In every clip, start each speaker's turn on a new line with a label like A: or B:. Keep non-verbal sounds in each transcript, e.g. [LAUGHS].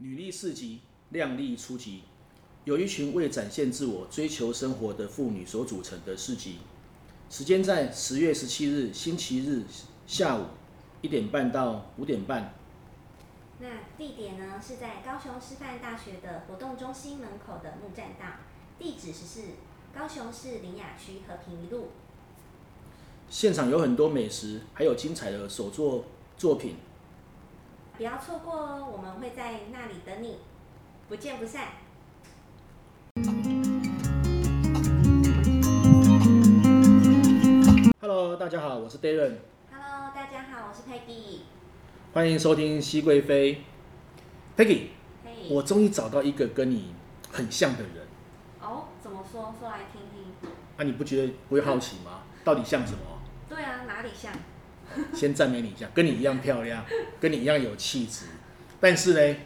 A: 女力市集，靓丽出击，由一群为展现自我、追求生活的妇女所组成的市集。时间在十月十七日星期日下午一点半到五点半。
B: 那地点呢是在高雄师范大学的活动中心门口的木栈道，地址是高雄市林雅区和平一路。
A: 现场有很多美食，还有精彩的手作作品。
B: 不要错过哦，我们会在那里等你，不见不散。
A: Hello，大家好，我是 Darren，
B: Hello，大家好，我是 Peggy。
A: 欢迎收听熹贵妃。Peggy，
B: 嘿，
A: 我终于找到一个跟你很像的人，
B: 哦，怎么说？说来听听。
A: 啊，你不觉得不会好奇吗？到底像什么？
B: 对啊，哪里像？
A: 先赞美你一下，跟你一样漂亮， [LAUGHS] 跟你一样有气质，但是呢，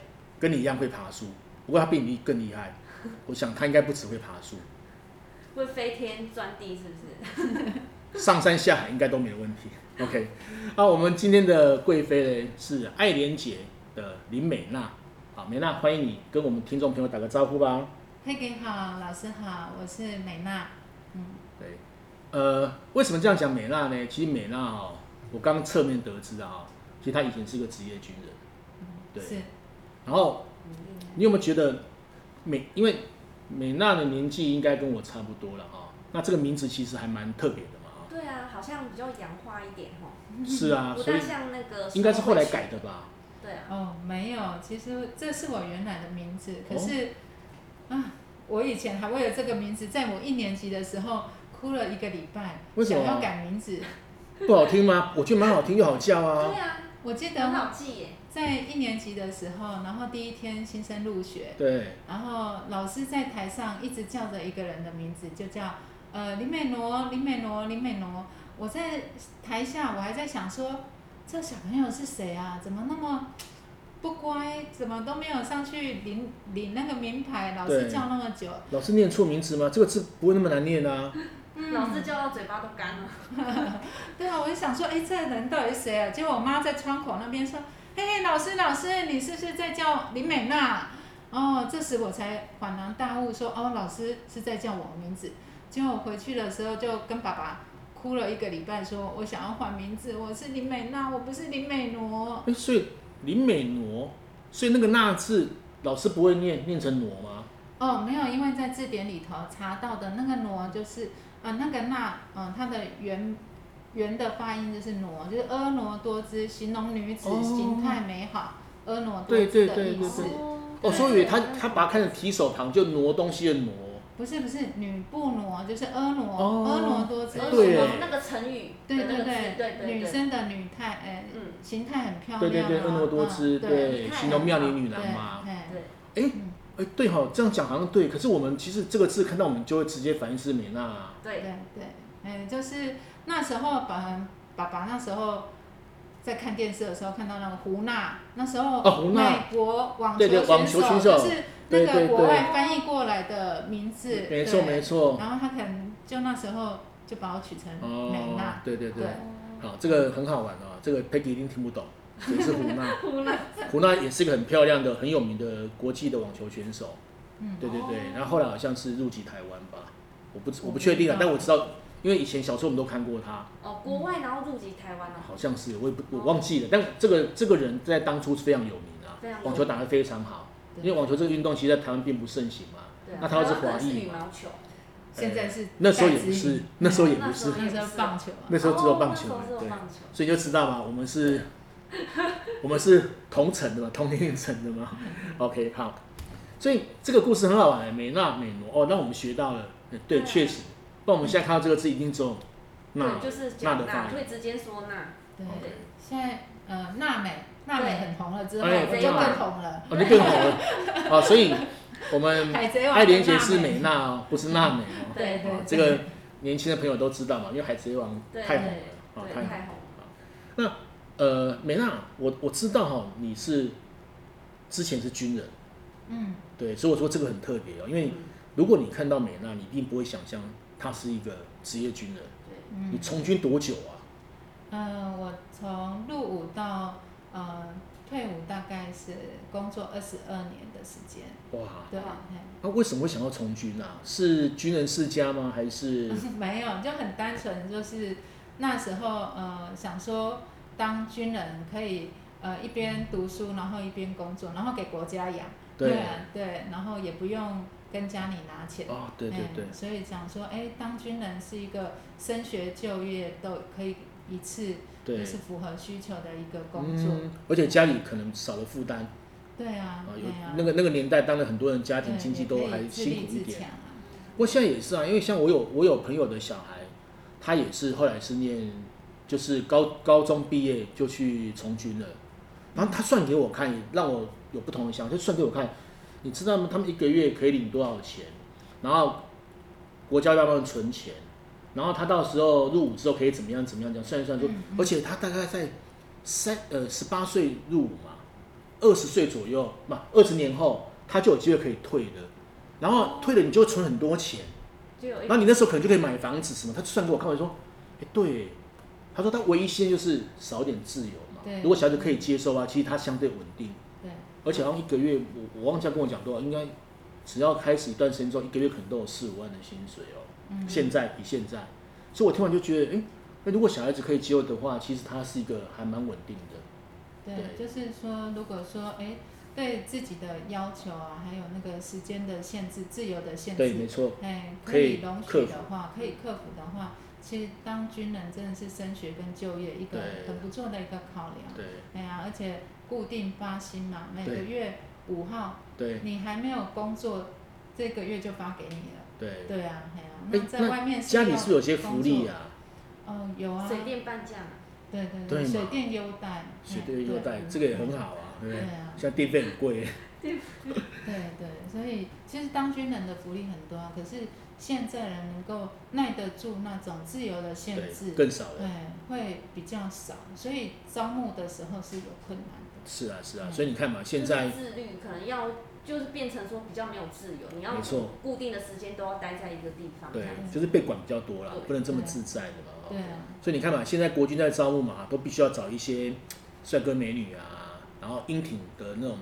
A: 跟你一样会爬树。不过他比你更厉害，我想他应该不只会爬树，
B: 会飞天转地是不是？
A: 上山下海应该都没有问题。OK，啊，我们今天的贵妃呢是爱莲姐的林美娜，好，美娜，欢迎你跟我们听众朋友打个招呼吧。
C: 佩给好，老师好，我是美娜。嗯，
A: 对，呃，为什么这样讲美娜呢？其实美娜哦，我刚侧面得知啊、哦，其实她以前是个职业军人，对
C: 是，
A: 然后
B: 嗯
A: 你有没有觉得美？因为美娜的年纪应该跟我差不多了啊、那这个名字其实还蛮特别的嘛
B: 对啊，好像比较洋化一点哦，
A: 啊、是啊，
B: 不
A: 所以
B: 大像那个。
A: 应该是后来。改的吧？
B: 对啊，
C: 哦，没有，其实这是我原来的名字，可
A: 哦
C: 是、啊，我以前还为了这个名字，在我一年级的时候哭了一个礼拜，
A: 为什
C: 想
A: 么
C: 要改名字。
A: 不好听吗？我觉得蛮好听又好叫
B: 对
A: 啊。
B: 啊，
C: 我记
B: 很
C: 得
B: 好记耶。
C: 在一年级的时候，然后第一天新生入学，
A: 对，
C: 然后老师在台上一直叫着一个人的名字，就叫呃林美挪，林美挪，林美挪。我在台下，我还在想说，这小朋友是谁啊？怎么那么不乖？怎么都没有上去领领那个名牌？老
A: 对
C: 师叫那么久，
A: 老师念错名字吗？这个字不会那么难念啊。
C: 嗯
B: 老师叫到嘴巴都干了。
C: 对啊，我就想说，哎，这人到底是谁啊？结果我妈在窗口那边说，嘿嘿，老师老师，你是不是在叫林美娜？哦，这时我才恍然大悟说，哦，老师是在叫我名字。结果我回去的时候就跟爸爸哭了一个礼拜说，我想要换名字，我是林美娜，我不是林美挪。
A: 哎，所以林美挪，所以那个娜字老师不会念，念成挪吗？
C: 哦，没有，因为在字典里头查到的那个挪就是，呃，那个那，嗯、它的原原的发音就是挪，就是婀娜多姿，形容女子、
A: 哦
C: 形态美好，婀娜多
A: 对
C: 姿
A: 对
C: 的
A: 对
C: 意
A: 对
C: 思。
A: 对
B: 哦
A: 哦，所以我以为他他把它看成提手旁，就挪东西的挪。
C: 不是不是，女不挪就是婀娜，
A: 哦
C: 婀娜多姿，
A: 哎
B: 对
A: 对
C: 婀娜
B: 那个成语的
C: 对
B: 那个
C: 对
B: 字，
C: 对
B: 对对，
C: 女
B: 对
C: 生的女态，哎、
B: 嗯，
C: 形态很漂亮、啊，
A: 对对对，婀娜多姿，
C: 嗯对
A: 对，
B: 太
A: 形容妙龄女
C: 对
A: 郎嘛。
C: 哎
B: 对，
A: 哎，对哈、这样讲好像对，可是我们其实这个字看到我们就会直接反应是美娜、啊。
C: 对
B: 对，
C: 对，嗯，就是那时候爸爸爸那时候在看电视的时候看到那个胡娜，那时候
A: 哦胡娜
C: 美国网
A: 对对网球
C: 球
A: 选
C: 选
A: 手
C: 就是
A: 对
C: 那
A: 对
C: 个国外
B: 对
C: 翻译过来的名字，
A: 没错
C: 对
A: 没错。
C: 然后他可能就那时候就把我取成嗯美
A: 哦
C: 娜，，
A: 对对对
C: 对，
B: 哦
A: 好、这个很好玩哦，这个 Peggy 一定听不懂，谁是 [LAUGHS] 胡娜？
B: 哭了，
A: 胡娜也是一个很漂亮的、很有名的国际的网球选手。
C: 嗯，
A: 对对对，
B: 哦
A: 然后后来好像是入籍台湾吧，我不我
C: 我
A: 不
C: 不
A: 确定啊，
C: 知道
A: 但我知道，因为以前小时候我们都看过她，
B: 哦，国外然后入籍台湾哦了，
A: 好像是我也不我忘记了，但这个这个人在当初是非常有名啊
B: 非常有，名
A: 网球打得非常好，因
C: 对
A: 为网球这个运动其实在台湾并不盛行嘛。
B: 对啊，
A: 那台湾是华裔嘛
B: 台湾可能是羽毛球，
C: 现在是
A: 哎那时候也
C: 戴
A: 不
C: 资
A: 是
C: 颖，
A: 那时候也不
B: 那时
A: 是
B: 候，
C: 那时候棒球啊，
A: 那时候只有棒球嘛，
B: 哦那时候只
A: 对
B: 有，棒球，
A: 所以就知道嘛，我们是， [LAUGHS] 我们是同城的嘛，同年龄层的嘛。OK，好，
B: 嗯
A: 所以这个故事很好玩，美娜美挪哦，那我们学到了，嗯对，
B: 对啊
A: 确实，不然我们现在看到这个字一定只有那
B: 对，就是
A: 那
B: 讲
A: 的发
B: 那，
A: 音。
B: 会直接说那，
C: 对，
A: OK
C: 现在呃娜美娜美
B: 对
C: 很红了之后，
A: 哎
C: 我就
B: 娜美
C: 更红了，
A: 哦，那更好
B: [LAUGHS]
A: 了，好，所以我们
C: 海
B: 啊
C: 贼王
A: 嗯爱莲姐是
C: 娜
A: 美娜哦，不是娜美哦，
B: 对
C: 对
A: 这个年轻的朋友都知道嘛，因为海贼王
B: 对
A: 太红了
B: 对，
A: 哦，太
B: 对，
A: 红了。
B: 太红，
A: 呃，美娜，我我知道哈、你是之前是军人，
C: 嗯。
A: 对，所以我说这个很特别哦，因为如果你看到美娜，你一定不会想象她是一个职业军人。
B: 对，
C: 嗯
A: 你从军多久啊？
C: 嗯，我从入伍到呃退伍大概是工作二十二年的时间，
A: 哇，
C: 对，
B: 哇
C: 嘿
A: 他、为什么会想要从军啊？是军人世家吗？还是
C: 没有，就很单纯，就是那时候呃想说当军人可以呃一边读书，然后一边工作，然后给国家养，
A: 对
C: 啊对，然后也不用跟家里拿钱。
A: 哦，对对
C: 哎
A: 对，
C: 所以讲说，哎，当军人是一个升学就业都可以一次，就
A: 对，
C: 是符合需求的一个工作。
A: 嗯，而且家里可能少了负担
C: 对啊
A: 啊，，有
C: 对啊，
A: 那个
C: 个
A: 那个年代，当然很多人家庭经济都还辛苦一点。
C: 啊、
A: 不过现在也是啊，因为像我有我有朋友的小孩，他也是后来是念就是高高中毕业就去从军了，然后他算给我看，让我有不同的想法，就算给我看，你知道吗？他们一个月可以领多少钱？然后国家要帮他们存钱，然后他到时候入伍之后可以怎么样怎么样，这样算一算说，
C: 嗯嗯
A: 而且他大概在三呃十八岁入伍嘛，二十岁左右嘛，二十年后他就有机会可以退了，然后退了你就存很多钱，
B: 就有一
C: 哎
A: 然后你那时候可能就可以买房子什么。他就算给我看，我就说，哎、对，他说他唯一限就是少点自由嘛
C: 对，
A: 如果小孩子可以接受啊，其实他相对稳定，
C: 对，
A: 而且好像一个月我我忘记他跟我讲多少，应该只要开始一段时间之后，一个月可能都有四五万的薪水哦。
C: 嗯，
A: 现在比现在，所以我听完就觉得，哎、那如果小孩子可以接受的话，其实他是一个还蛮稳定的。
C: 对，
A: 对
C: 就是说，如果说哎，对自己的要求啊，还有那个时间的限制、自由的限
A: 对，没
C: 制，
A: 错，
C: 哎，
A: 可
C: 可以
A: 以
C: 容许
A: 克服
C: 的话，可以克服的话，其实当军人真的是升学跟就业一个
A: 对
C: 很不错的一个考量。
A: 对
C: 哎呀，而且固定发薪嘛，每个
A: 对
C: 月五号，
A: 对
C: 你还没有工作，这个月就发给你了。
A: 对。
C: 对啊，哎呀，
A: 哎
C: 那在外面
A: 家里
C: 要
A: 是不是有些福
C: 工
A: 利
C: 作
A: 啊，
C: 哦，有啊，
B: 水电半价嘛，
C: 对对
A: 对嘛
C: 水电优待，
A: 水
C: 哎
A: 电优
C: 对
A: 待，这个也很好啊，对不对
C: 对？啊
A: 像电费很贵，
C: 对啊对，所以其实当军人的福利很多啊，可是现在人能够耐得住那种自由的限
A: 对，
C: 制，
A: 更少了。
C: 对，会比较少，所以招募的时候是有困难的。
A: 是啊，是啊，
C: 嗯
A: 所以你看嘛，现在
B: 就是自律可能要就是变成说比较没有自由，你要
A: 没错
B: 固定的时间都要待在一个地方。
A: 对
B: 这样，
A: 就是被管比较多啦
B: 对，
A: 不能这么自在的嘛。
C: 对
A: 哦
C: 啊，
A: 所以你看嘛，现在国军在招募嘛，都必须要找一些帅哥美女啊，然后英挺的那种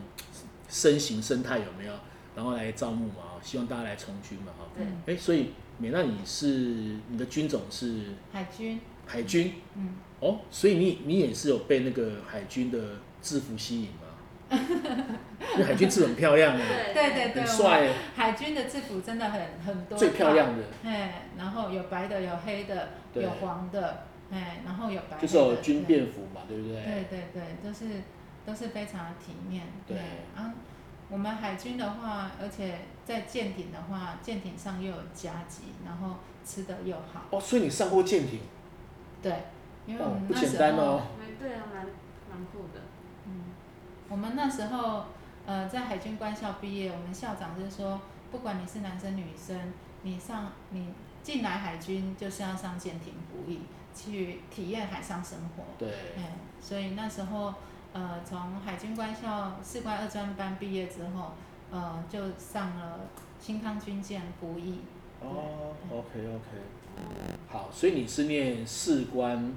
A: 身形生态有没有，然后来招募嘛，哦希望大家来从军嘛，哈。
B: 对
C: 嗯
A: 哎，所以美娜，你是你的军种是
C: 海军，
A: 海军
C: 嗯，
A: 哦，所以你你也是有被那个海军的制服吸引吗？因为海军制服很漂亮啊，
B: 对
C: 对 [LAUGHS] 对对，
A: 很
C: 啊
A: 帅欸，
C: 海军的制服真的很很多，
A: 最漂亮的
C: 哎，然后有白的，有黑的，
A: 对
C: 有黄的，哎，然后有白的，
A: 就是有军
C: 对
A: 便服嘛，对不
C: 对对对，都是都是非常的体面。
A: 对
C: 啊，我们海军的话，而且在舰艇的话，舰艇上又有加急，然后吃的又好。
A: 哦，所以你上过舰艇，
C: 对，因为我
A: 哦
C: 们，
A: 不
C: 嗯那时
A: 简
C: 候，
A: 单哦。
B: 蛮对啊，蛮蛮酷的。
C: 嗯，我们那时候呃在海军官校毕业，我们校长就说，不管你是男生女生，你上你进来海军就是要上舰艇服役，去体验海上生活。
A: 对，
C: 哎，所以那时候，呃，从海军官校士官二专班毕业之后，呃，就上了新康军舰服役。
A: 哦，OK OK，好，所以你是念士官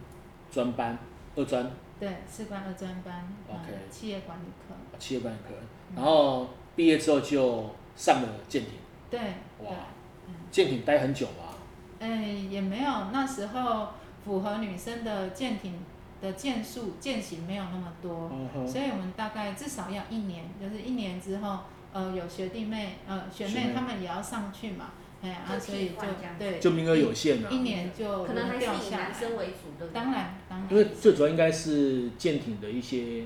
A: 专班二专
C: 对，士官二专班，呃
A: OK
C: 企业管理科。
A: 企业班科，然后毕业之后就上了舰艇，
C: 对，对
A: 哇，舰艇待很久啊嘛，
C: 哎，也没有，那时候符合女生的舰艇的舰数舰型没有那么多，
A: 嗯哼
C: 所以我们大概至少要一年，就是一年之后，呃，有学弟妹，呃，学
A: 学
C: 妹
A: 妹
C: 她们也要上去嘛，哎啊，
B: 就
C: 所以
B: 替
C: 就
B: 换这样
C: 对，
A: 就名额有限啊
C: 一，年就
B: 可能还是
C: 哦掉
B: 以
C: 下来
B: 男。生为主的，
C: 当然，当然，
A: 因为最主要应该是舰艇的一些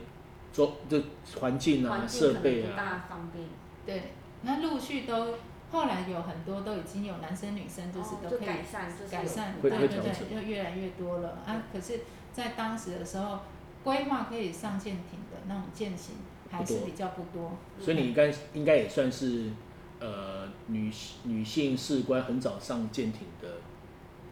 A: 周就环境啊、
B: 环境
A: 设
B: 可能
A: 备
B: 不
A: 啊，
B: 大方便，
C: 对，那陆续都后来有很多都已经有男生女生就是
B: 哦
C: 都
B: 就
C: 可以
B: 改善，就是有
C: 改善，
A: 会
C: 对
A: 会
C: 对
A: 调
C: 对，
A: 整
C: 就越来越多了啊。可是，在当时的时候，规划可以上舰艇的那种舰型还是
A: 不多
C: 比较不多。
A: 所以你应该应该也算是呃女女性士官很早上舰艇的，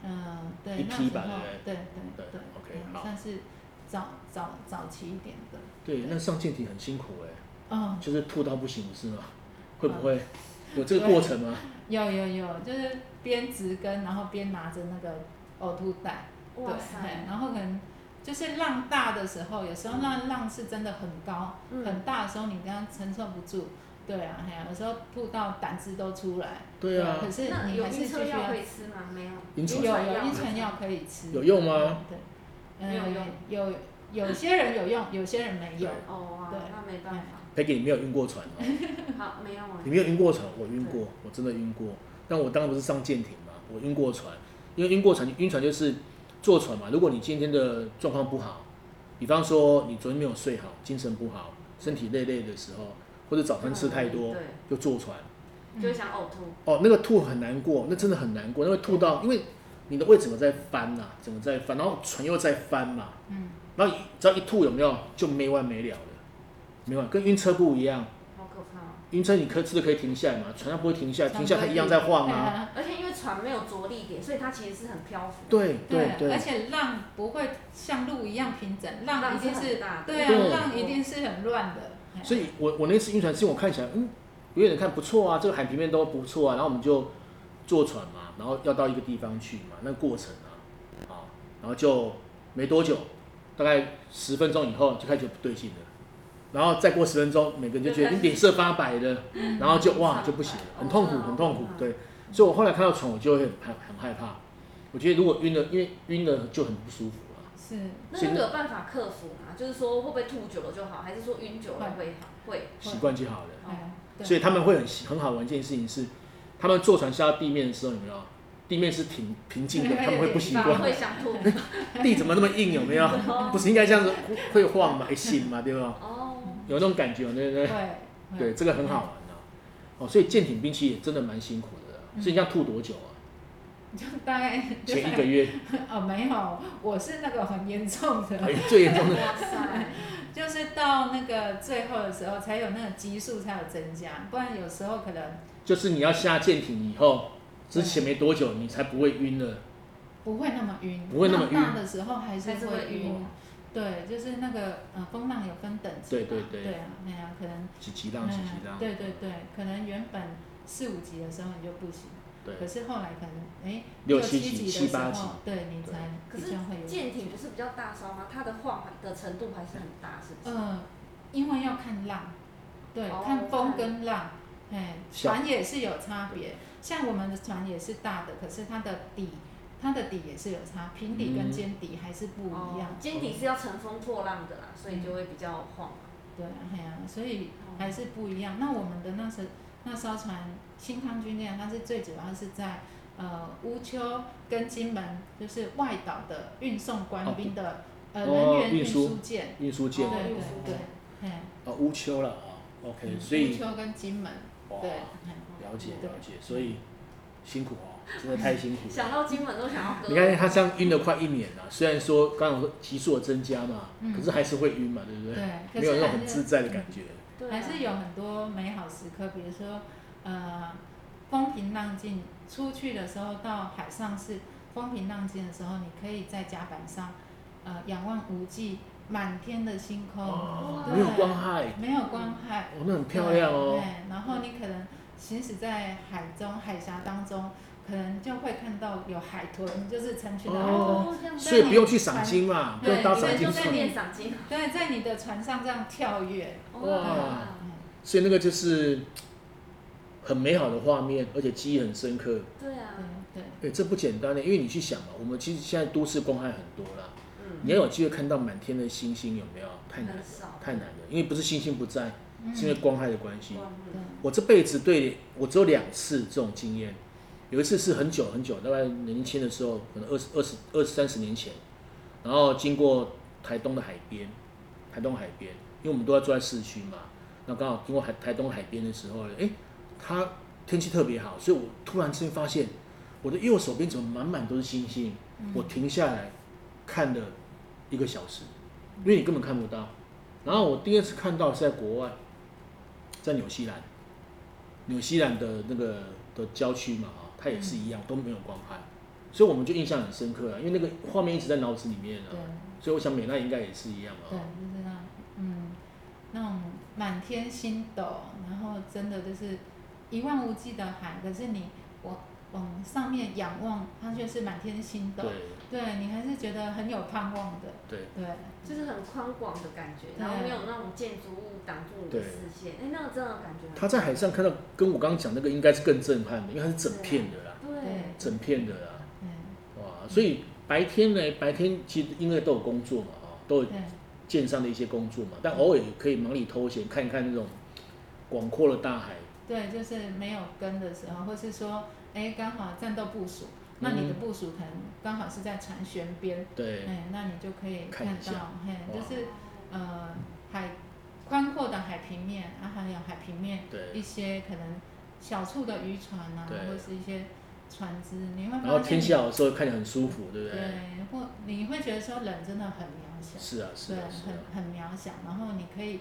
C: 嗯，对，
A: 一
C: 那
A: 批
C: 时
A: 吧
C: 候对对
A: 对
C: 对
A: ，OK，
C: 嗯
A: 好
C: 算是早早早期一点的。
A: 对，那上舰艇很辛苦哎、
C: 嗯，
A: 就是吐到不行是吗？会不会有这个过程吗？
C: 有有有，就是边植根，然后边拿着那个呕吐袋。
B: 哇
C: 对，嘿
B: 塞，
C: 然后可能就是浪大的时候，有时候那浪是真的很高、
B: 嗯
C: 很大的时候，你这样承受不住。对啊，哎呀，有时候吐到胆汁都出来。
A: 对啊
C: 可是
B: 那
C: 你
B: 有
C: 还是
B: 晕
C: 必须
B: 车药
C: 要
B: 可以吃吗？没有。
A: 晕船
C: 有有
B: 药
C: 晕船药可以吃，
A: 有用吗？
C: 对，
B: 没有
C: 嗯
B: 用，
C: 有有些人有用，有些人没有。
B: 哦哇
C: 对，
B: 那没办法。
A: Peggy，你没有晕过船哦？
B: 好，没有啊
A: 你。没有晕过船？我晕过，我真的晕过。但我当然不是上舰艇嘛，我晕过船。因为晕过船，晕船就是坐船嘛。如果你今天的状况不好，比方说你昨天没有睡好，精神不好，身体累累的时候，或者早餐吃太多，
B: 对，
A: 就坐船。
C: 嗯
B: 就会想呕吐。
A: 哦，那个吐很难过，那真的很难过，那会吐到，因为你的胃整个在翻呐、整个在翻，然后船又在翻嘛，
C: 嗯，
A: 然后一只要一吐有没有就没完没了了，没完，跟晕车不一样，
B: 好可怕哦！
A: 晕车你可以吃的可以停下来嘛，船上不会停下来，停下来它
C: 常规
A: 一样在晃
C: 对
A: 啊，
C: [LAUGHS] 啊。
B: 而且因为船没有着力点，所以它其实是很漂浮，
A: 对对
C: 对，而
A: 对，
C: 且浪不会像路一样平整，浪一
B: 浪
C: 定
B: 很
C: 是，
B: 大的。哦
C: 对
A: 对
C: 啊，浪一定是很乱的。哎
A: 所以我我那次晕船是因为我看起来，嗯，有点看不错啊，这个海平面都不错啊，然后我们就坐船嘛，然后要到一个地方去嘛，那个过程啊，啊，然后就没多久，大概十分钟以后就开始觉得不对劲了，然后再过十分钟，每个人就觉得
B: 就开始
A: 你脸色发白了，然后就哇
B: 嗯
A: 就不行了，
B: 哦
A: 很痛苦
B: 真的哦
A: 很痛苦
B: 嗯，
A: 对，所以我后来看到船我就会很害很害怕，我觉得如果晕了，因为晕了就很不舒服啊了、
C: 是，
B: 那那个有办法克服吗？就是说会不会吐久了就好，还是说晕久了会好？会。
A: 习惯就好了。
B: 哦
C: 哎对
A: 所以他们会很喜很好玩一件事情是，他们坐船下到地面的时候，有没有？地面是挺平静
C: [LAUGHS]
A: 的，他们会不习
B: 反而
A: 惯。
B: 会想吐。
A: 地怎么那么硬？有没
C: [LAUGHS]
A: 有？
C: 哦
A: 不是应该这样子会会晃嘛，会醒嘛，对吧？
B: 哦，
A: 有那种感觉，对不对？
C: 会，
A: 对，这个很好玩啊。哦，所以舰艇兵器也真的蛮辛苦的啊。
C: 嗯
A: 所以你这样吐多久啊？
C: [LAUGHS] 就大概
A: 前一个
C: [LAUGHS]
A: 月，
C: 哦没有，我是那个很严重的，
A: 哎最严重的
B: 哇塞，
C: 就是到那个最后的时候才有那个级数才有增加，不然有时候可能
A: 就是你要下舰艇以后，之前没多久你才不会晕了。
C: 不会那么晕，
A: 不会那么晕
C: 浪大的时候还是
B: 还是会
C: 会
B: 晕
C: 晕。对，就是那个呃，风浪有分等级
A: 对
C: 嘛
A: 对对
C: 对啊，哎呀、可能
A: 几级浪，几级浪
C: 嗯。对对对，可能原本四五级的时候你就不行，
A: 对
C: 可是后来可能哎
A: 六七
C: 七
A: 级
C: 级的
A: 七
C: 时
A: 八级
C: 候，对你才
B: 可
C: 比
B: 是
C: 较会有。
B: 舰艇不是比较大艘吗？它的晃的程度还是很大，是不是？
C: 嗯，因为要看浪，对，
B: 哦
C: 看风跟浪，哎，
A: 小
C: 船也是有差别。像我们的船也是大的，可是它的底，它的底也是有差，平底
A: 嗯
C: 跟尖底还是不一样
B: 哦。，舰艇是要乘风破浪的啦，所以就会比较晃。
C: 对啊，哎呀、所以还是不一样。那我们的那时那艘船新康军舰，它是最主要是在呃乌丘跟金门，就是外岛的运送官兵的、呃
A: 哦
C: 人员
A: 运
C: 运
A: 输
C: 输舰，
A: 运输舰
B: 哦
C: 对
B: 运输
C: 对
B: 舰
C: 嘿
A: 哦，乌丘了啊。OK，
C: 嗯
A: 所以
C: 乌丘跟金门，
A: 哇
C: 对，哎
A: 了解
C: 对
A: 了解，所以辛苦哦，真的太辛苦了。
B: 想到金门都想要割。
A: 你看他这样晕了快一年了，虽然说刚刚我说急速的增加嘛，
C: 嗯
A: 可是还是会晕嘛，对不对？
C: 对，可
A: 没有那
C: 是
A: 种
C: 还
A: 很
C: 是
A: 自在的感觉。
B: 对啊
C: 还是有很多美好时刻，比如说呃风平浪静，出去的时候到海上是风平浪静的时候，你可以在甲板上呃仰望无际满天的星空，
A: 哦，
C: 对
A: 没有光害，
C: 没有光害，
A: 哦，那很漂亮哦
C: 对。。对然后你可能行驶在海中海峡当中，可能就会看到有海豚，就是成群的海豚。
B: 哦，这样子。
A: 所以不用去赏金嘛，不
C: 对
A: 用搭
B: 你
A: 赏
B: 们
A: 金
B: 就在
A: 船，
B: 练赏金。
C: 对，在你的船上这样跳跃，
A: 哇
B: 哇，
C: 嗯
A: 所以那个就是很美好的画面，而且记忆很深刻。
B: 对啊
C: 对，嗯对，
A: 对，这不简单的，因为你去想嘛，我们其实现在都市光害很多啦，
B: 嗯，
A: 你要有机会看到满天的星星，有没有？太难
B: 很
A: 了，
B: 少。
A: 太难了，因为不是星星不在，
C: 嗯
A: 是因为光害的关系。
B: 哇
C: 对
B: 嗯
A: 我这辈子对我只有两次这种经验，有一次是很久很久，大概年轻的时候，可能二十二十二三十年前，然后经过台东的海边，台东海边，因为我们都要住在市区嘛，那刚好经过海台东海边的时候，诶，它天气特别好，所以我突然之间发现我的右手边怎么满满都是星星，我停下来看了一个小时，因为你根本看不到。然后我第二次看到是在国外，在纽西兰，纽西兰的那个的郊区嘛，哈，它也是一样，都没有光害，所以我们就印象很深刻啊，因为那个画面一直在脑子里面
C: 对
A: 啊，所以我想美娜应该也是一样
C: 对，
A: 啊，
C: 就是那种嗯，那种满天星斗，然后真的就是一望无际的海，可是你我。往上面仰望，它就是满天星斗
A: 对，
C: 对你还是觉得很有盼望的，
A: 对，
C: 对，
B: 就是很宽广的感觉，
C: 对
B: 然后没有那种建筑物挡住你的视线，哎，那个真的感觉很
A: 他在海上看到跟我刚刚讲那个应该是更震撼的，因为它是整片的啦，
B: 对
A: 整片的啦，
C: 嗯，
A: 哇！所以白天呢，白天其实因为都有工作嘛，哦，都有
C: 对，
A: 舰上的一些工作嘛，但偶尔也可以忙里偷闲，看一看那种广阔的大海。
C: 对，就是没有跟的时候，或是说，哎，刚好战斗部署，那你的部署可能刚好是在船舷边，
A: 嗯对，
C: 哎，那你就可以
A: 看
C: 看
A: 一下
C: 到，嘿，
A: 哇
C: 就是呃海宽阔的海平面，啊，还有海平面一
A: 对，
C: 些可能小处的渔船啊，
A: 对
C: 或是一些船只，你会发现
A: 然后天
C: 你
A: 下的时候看起来很舒服，对不对？
C: 对，或你会觉得说人真的很渺小，
A: 是啊，是
C: 对，
A: 啊，是啊，
C: 很很渺小，然后你可以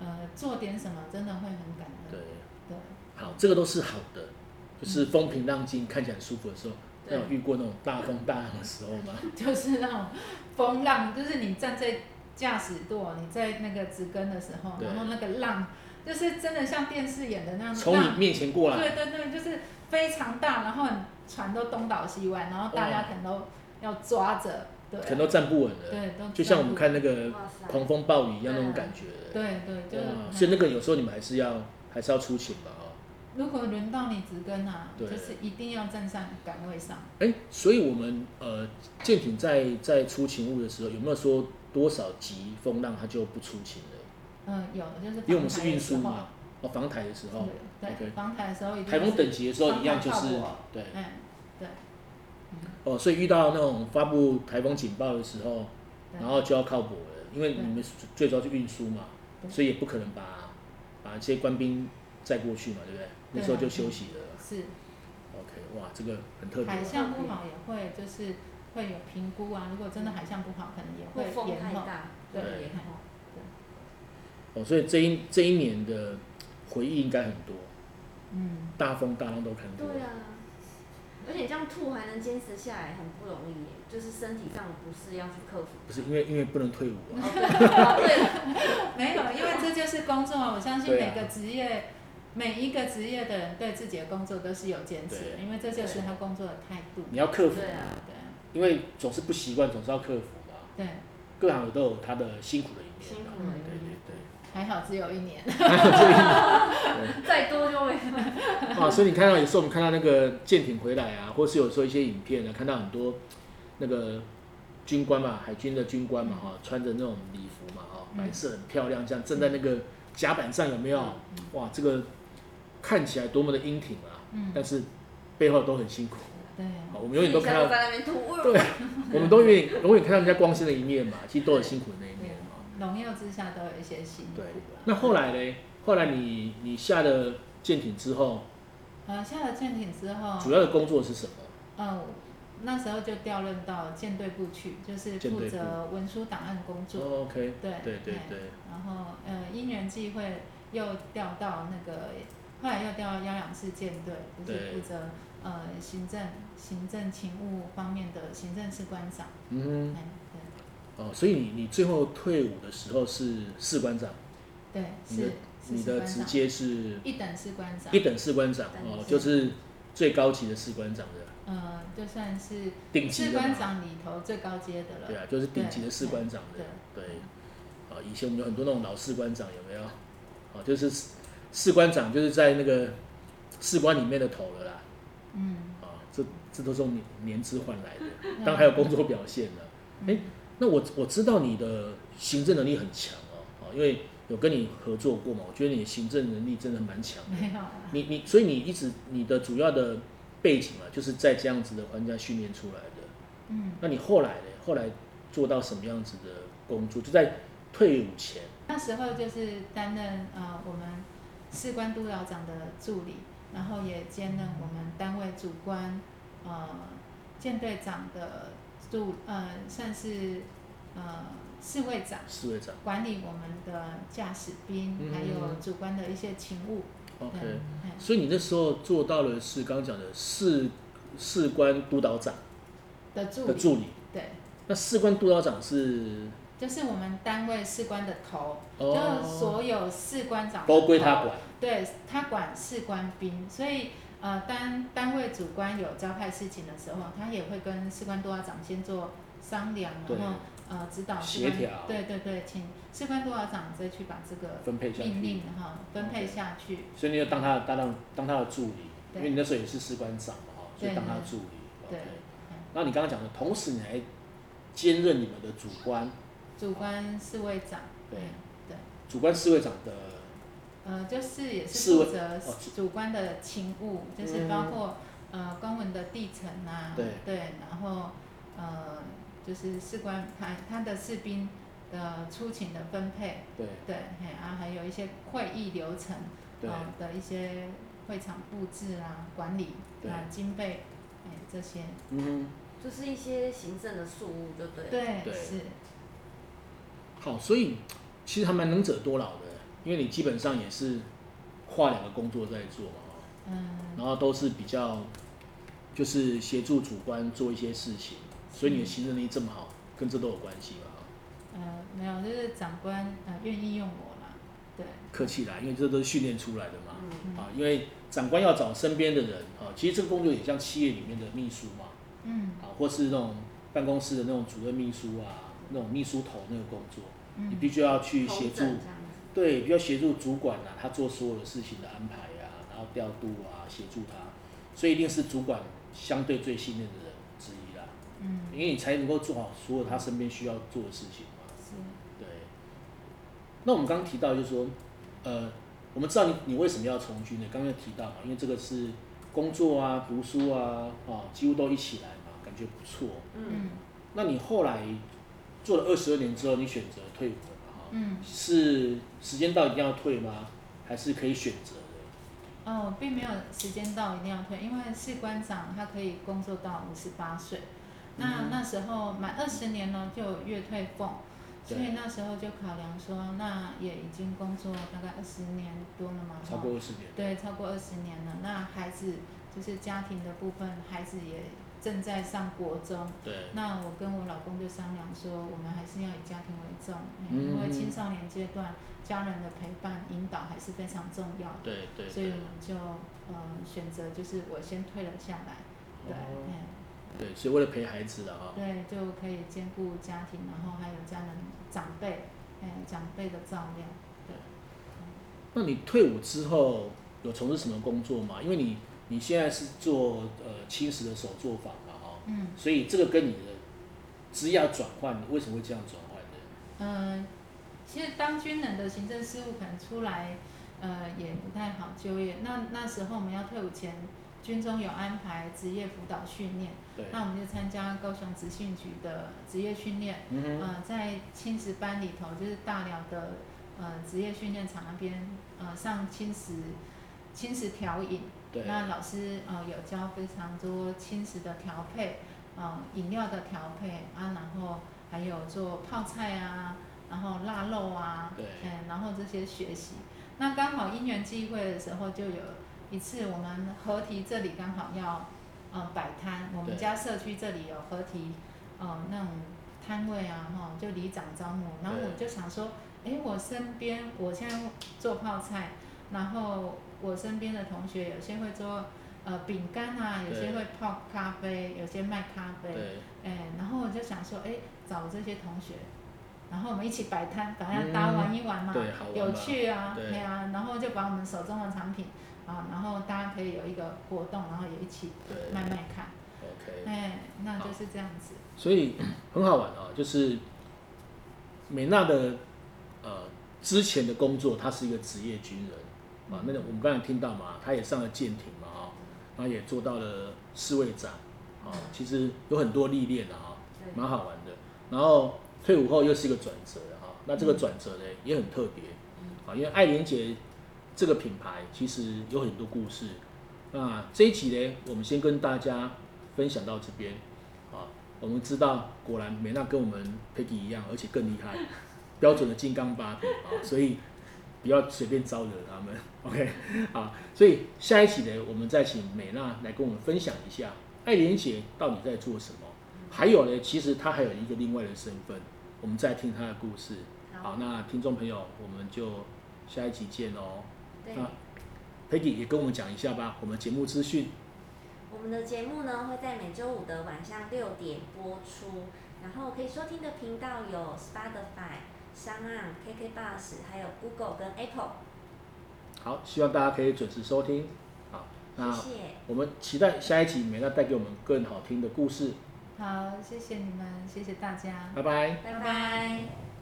C: 呃做点什么，真的会很感恩，
A: 对。
C: 对
A: 好，这个都是好的，就是风平浪静，看起来很舒服的时候。那
B: 对
A: 有遇过那种大风大浪的时候吗？
C: [LAUGHS] 就是那种风浪，就是你站在驾驶座，你在那个直根的时候，
A: 对
C: 然后那个浪，就是真的像电视演嗯的那样
A: 从你
C: 浪，
A: 面前过来，
C: 对对对，就是非常大，然后船都东倒西歪，然后大
A: 哇
C: 家可能都要抓着，对啊，
A: 哦可能都站不稳了，
C: 对，都
A: 就像我们看那个
B: 哇塞，
A: 狂风暴雨一样那种感觉。
C: 对对，就是
A: 哇
C: 嗯
A: 所以哦那个有时候你们还是要还是要出勤嘛，哦。
C: 如果轮到你直根啊，
A: 对
C: 就是一定要站上岗位上。
A: 哎，所以我们呃舰艇在在出勤务的时候，有没有说多少级风浪它就不出勤了？
C: 嗯，有就是
A: 因为我们是
C: 防台的
A: 运输
C: 时候
A: 嘛，哦，防台的时候，
C: 对
A: OK
C: 对，防台的时候一定
A: 台风
C: 是，
A: 等级的时候一样就
C: 防台
A: 是
C: 靠我
A: 对
C: 嗯，
A: 哦，所以遇到那种发布台风警报的时候，
C: 对
A: 然后就要靠泊了，因为
C: 对
A: 你们最主要是运输嘛，
C: 对
A: 所以也不可能把把这些官兵载过去嘛，对不对？那时候
B: 啊
A: 就休息了。
C: 是
A: OK，哇，这个很特别
C: 海
A: 哦。
C: 象不好也会就是会有评估啊，如果真的海象不好，可能也
B: 会
C: 会
B: 风
C: 延
B: 太
C: 后。
B: 大，
C: 对
B: 会
C: 延
B: 延后。
A: 哦，所以这一这一年的回忆应该很多，
C: 嗯，
A: 大风大浪都看过。
B: 对啊，而且这样吐还能坚持下来，很不容易耶，就是身体上的不适要去克服。
A: 不是因为因为不能退伍啊，
B: 哦对，
C: 没有，因为这就是工作啊。我相信
A: 对啊
C: 每个职业、每一个职业的人对自己的工作都是有坚持的，
A: 对
C: 因为这就是他工作的态度。
A: 你要克服
B: 对，啊，
C: 对啊
A: 因为总是不习惯，总是要克服嘛。
C: 对，
A: 各行都有它的辛苦的一面
B: 辛
A: 嘛。
B: 苦了
A: 对，对
C: 还好只有一年。
B: 再多就
A: [LAUGHS]
B: 会
A: 对。啊，所以你看到有时候我们看到那个舰艇回来啊，或是有时候一些影片啊，看到很多那个军官嘛，海军的军官嘛，哈、哦穿着那种礼服嘛，哈、
C: 嗯
A: 白色很漂亮，这样站在那个甲板上有没有？哇，这个看起来多么的英挺啊！
C: 嗯，
A: 但是背后都很辛苦。
C: 对啊，
A: 好我们永远都看到，
B: 在那边吐。
A: 对我们都永远永远看到人家光鲜的一面嘛，其实都有辛苦的那一面嘛。
C: 荣耀之下都有一些辛苦
A: 对
C: 啊。
A: 那后来嘞？后来你你下了舰艇之后，
C: 呃，下了舰艇之后，
A: 主要的工作是什么？
C: 嗯，那时候就调任到舰队部去，就是
A: 舰
C: 负
A: 队部
C: 责文书档案工作。
A: 哦，OK，
C: 对
A: 对对
C: 哎
A: 对，
C: 然后呃，因缘际会又调到那个，后来又调到幺两四舰队，就是
A: 对
C: 负责呃行政行政勤务方面的行政士官长。
A: 嗯
C: 哎，对
A: 哼，哦，所以你你最后退伍的时候是士官长，
C: 对
A: 你的
C: 是是
A: 你
C: 士
A: 的
C: 官
A: 直
C: 长，
A: 接是
C: 一等士官长
A: 一，等士官长哦，就是最高级的士官长的
C: 呃，就算是
A: 顶级
C: 士
A: 的
C: 官
A: 嘛，
C: 长里头最高阶的了。
A: 对啊，就是顶级的士官长的
C: 对，
A: 对。啊，以前我们有很多那种老士官长，有没有？哦，就是士士官长就是在那个士官里面的头了啦。
C: 嗯，
A: 啊，这这都是用年年资换来的，
C: 那
A: 当然还有工作表现呢。
C: 嗯
A: 哎，那我我知道你的行政能力很强哦，啊，因为有跟你合作过嘛，我觉得你的行政能力真的蛮强的。
C: 没有啊。
A: 你你所以你一直你的主要的背景啊，就是在这样子的环境下训练出来的。
C: 嗯，
A: 那你后来呢？后来做到什么样子的工作？就在退伍前，
C: 那时候就是担任呃我们士官督导长的助理，然后也兼任我们单位主官呃舰队长的助呃算是呃侍卫长，
A: 侍卫长。
C: 管理我们的驾驶兵，
A: 嗯
C: 还有主官的一些勤务。
A: OK，、
C: 对哎
A: 所以你那时候做到了是刚刚讲的士士官督导长
C: 的助
A: 的
C: 理，
A: 助理。
C: 对，
A: 那士官督导长是
C: 就是我们单位士官的头，就是
A: 哦，
C: 所有士官长的
A: 都归
C: 头
A: 他管。
C: 对他管士官兵，所以呃单单位主官有交派事情的时候，他也会跟士官督察长先做商量，
A: 对
C: 然后呃指导士
A: 协
C: 官
A: 调
C: 对对对，请士官督察长再去把这个
A: 分配下
C: 命
A: 去。
C: 令哈分配下去。
A: 所以你就当他的搭档，当他的助理，
C: 对
A: 因为你那时候也是士官长嘛，哈，所以
C: 对
A: 当他的助理。
C: 对
A: OK
C: 嗯
A: 那你刚刚讲的，同时你还兼任你们的主官，
C: 主官侍卫长，
A: 对
C: 嗯对，
A: 主官侍卫长的，
C: 呃，就是也
A: 侍
C: 是
A: 卫
C: 负责
A: 哦嗯
C: 主观的勤务，就是包括、呃公文的地层啊，
A: 对
C: 然后呃就是士官他他的士兵的出勤的分配，
A: 对
C: 对，嘿啊，还有一些会议流程
A: 对
C: 呃的一些会场布置啊、管理
A: 对
C: 啊、经费，哎这些，
A: 嗯
D: 就是一些行政的事务，就对。。
C: 对
A: 对
C: 是，
A: 哼，好，所以其实还蛮能者多劳的，因为你基本上也是跨两个工作在做嘛，哦
C: 嗯，
A: 然后都是比较就是协助主官做一些事情，所以你的行政力这么好，跟这都有关系吧？
C: 呃没有，就是长官呃愿意用我啦，对，
A: 客气啦，因为这都是训练出来的嘛。
D: 嗯，
C: 嗯
A: 啊，因为长官要找身边的人啊，其实这个工作也像企业里面的秘书嘛，
C: 嗯
A: 啊，或是那种办公室的那种主任秘书啊，那种秘书头那个工作，
C: 嗯，
A: 你必须要去
D: 头
A: 协助
D: 整这样子。
A: 对，比较协助主管啊，他做所有的事情的安排啊，然后调度啊，协助他，所以一定是主管相对最信任的人之一啦，
C: 嗯。
A: 因为你才能够做好所有他身边需要做的事情嘛。
C: 是，
A: 对。那我们刚刚提到就是说，呃，我们知道你你为什么要从军呢？刚刚有提到嘛，因为这个是工作啊、读书啊，哦，几乎都一起来嘛，感觉不错。
D: 嗯
C: 嗯
A: 那你后来做了二十二年之后，你选择退伍了嘛？哈、
C: 嗯，
A: 是时间到一定要退吗？还是可以选择的？
C: 哦，并没有时间到一定要退，因为士官长他可以工作到五十八岁，那、
A: 嗯
C: 那时候满二十年呢就有月退俸，所以
A: 对
C: 那时候就考量说，那也已经工作大概二十年多了嘛，
A: 超
C: 哈
A: 过二十年。
C: 对，超过二十年了，那孩子就是家庭的部分，孩子也正在上国中，
A: 对，
C: 那我跟我老公就商量说，我们还是要以家庭为重，哎因
A: 嗯
C: 为青少年阶段家人的陪伴引导还是非常重要的。
A: 对对
C: 所
A: 对
C: 以我们就呃选择就是我先退了下来，对，
A: 哦
C: 嗯
A: 对，所以为了陪孩子了哈、
C: 对，就可以兼顾家庭，然后还有家人长辈，哎，长辈的照料，
A: 那你退伍之后有从事什么工作吗？因为你你现在是做呃青石的手作坊嘛，哈、
C: 嗯
A: 所以这个跟你的职业转换，你为什么会这样转换呢？
C: 嗯、呃其实当军人的行政事务可能出来，呃，也不太好就业。那那时候我们要退伍前，军中有安排职业辅导训练，
A: 对，
C: 那我们就参加高雄职训局的职业训练。
A: 嗯哼，
C: 呃，在青石班里头，就是大寮的呃职业训练场那边，呃上青石青石调饮，
A: 对，
C: 那老师呃有教非常多青石的调配，呃饮料的调配啊，然后还有做泡菜啊，然后腊肉啊，
A: 对
C: 嗯，然后这些学习。那刚好因缘际会的时候，就有一次我们合体这里刚好要呃摆摊，我
A: 对
C: 们家社区这里有合体呃那种摊位啊，哈，就里长招募，然后
A: 对
C: 我就想说，诶，我身边我现在做泡菜，然后我身边的同学有些会做呃饼干啊，有些
A: 对
C: 会泡咖啡，有些卖咖啡，
A: 对，
C: 哎，然后我就想说，哎，找这些同学，然后我们一起摆摊，把它搭玩一玩嘛，
A: 对，好玩吧
C: 有趣啊，
A: 对
C: 对啊，然后就把我们手中的产品啊，然后大家可以有一个活动，然后也一起
A: 对
C: 卖卖看，
A: ，OK，
C: 哎，那就是这样子，
A: 所以很好玩啊、就是美娜的呃之前的工作，她是一个职业军
C: 嗯
A: 人啊，那个我们刚才听到嘛，她也上了舰艇嘛，哈，然后也做到了侍卫长啊，其实有很多历练的哈。
D: 对。
A: 蛮好玩的。然后退伍后又是一个转折了哈，那这个转折呢也很特别啊，因为爱莲姐这个品牌其实有很多故事。那这一集呢，我们先跟大家分享到这边啊。我们知道，果然美娜跟我们 Peggy 一样，而且更厉害，标准的金刚芭比啊，所以不要随便招惹他们。OK，好，所以下一集呢，我们再请美娜来跟我们分享一下爱莲姐到底在做什么。还有呢，其实她还有一个另外的身份，我们再听她的故事。
D: 好
A: 好，那听众朋友，我们就下一集见哦。
D: 对。
A: 那 Peggy 也跟我们讲一下吧，我们节目资讯。
B: 我们的节目呢会在每周五的晚上六点播出，然后可以收听的频道有 Spotify、s o u n KK Bus，还有 Google 跟 Apple。
A: 好，希望大家可以准时收听。好，那
B: 谢谢，
A: 我们期待下一集美娜带给我们更好听的故事。
C: 好，谢谢你们，谢谢大家。
A: 拜拜。
B: 拜
C: 拜
B: 拜
C: 拜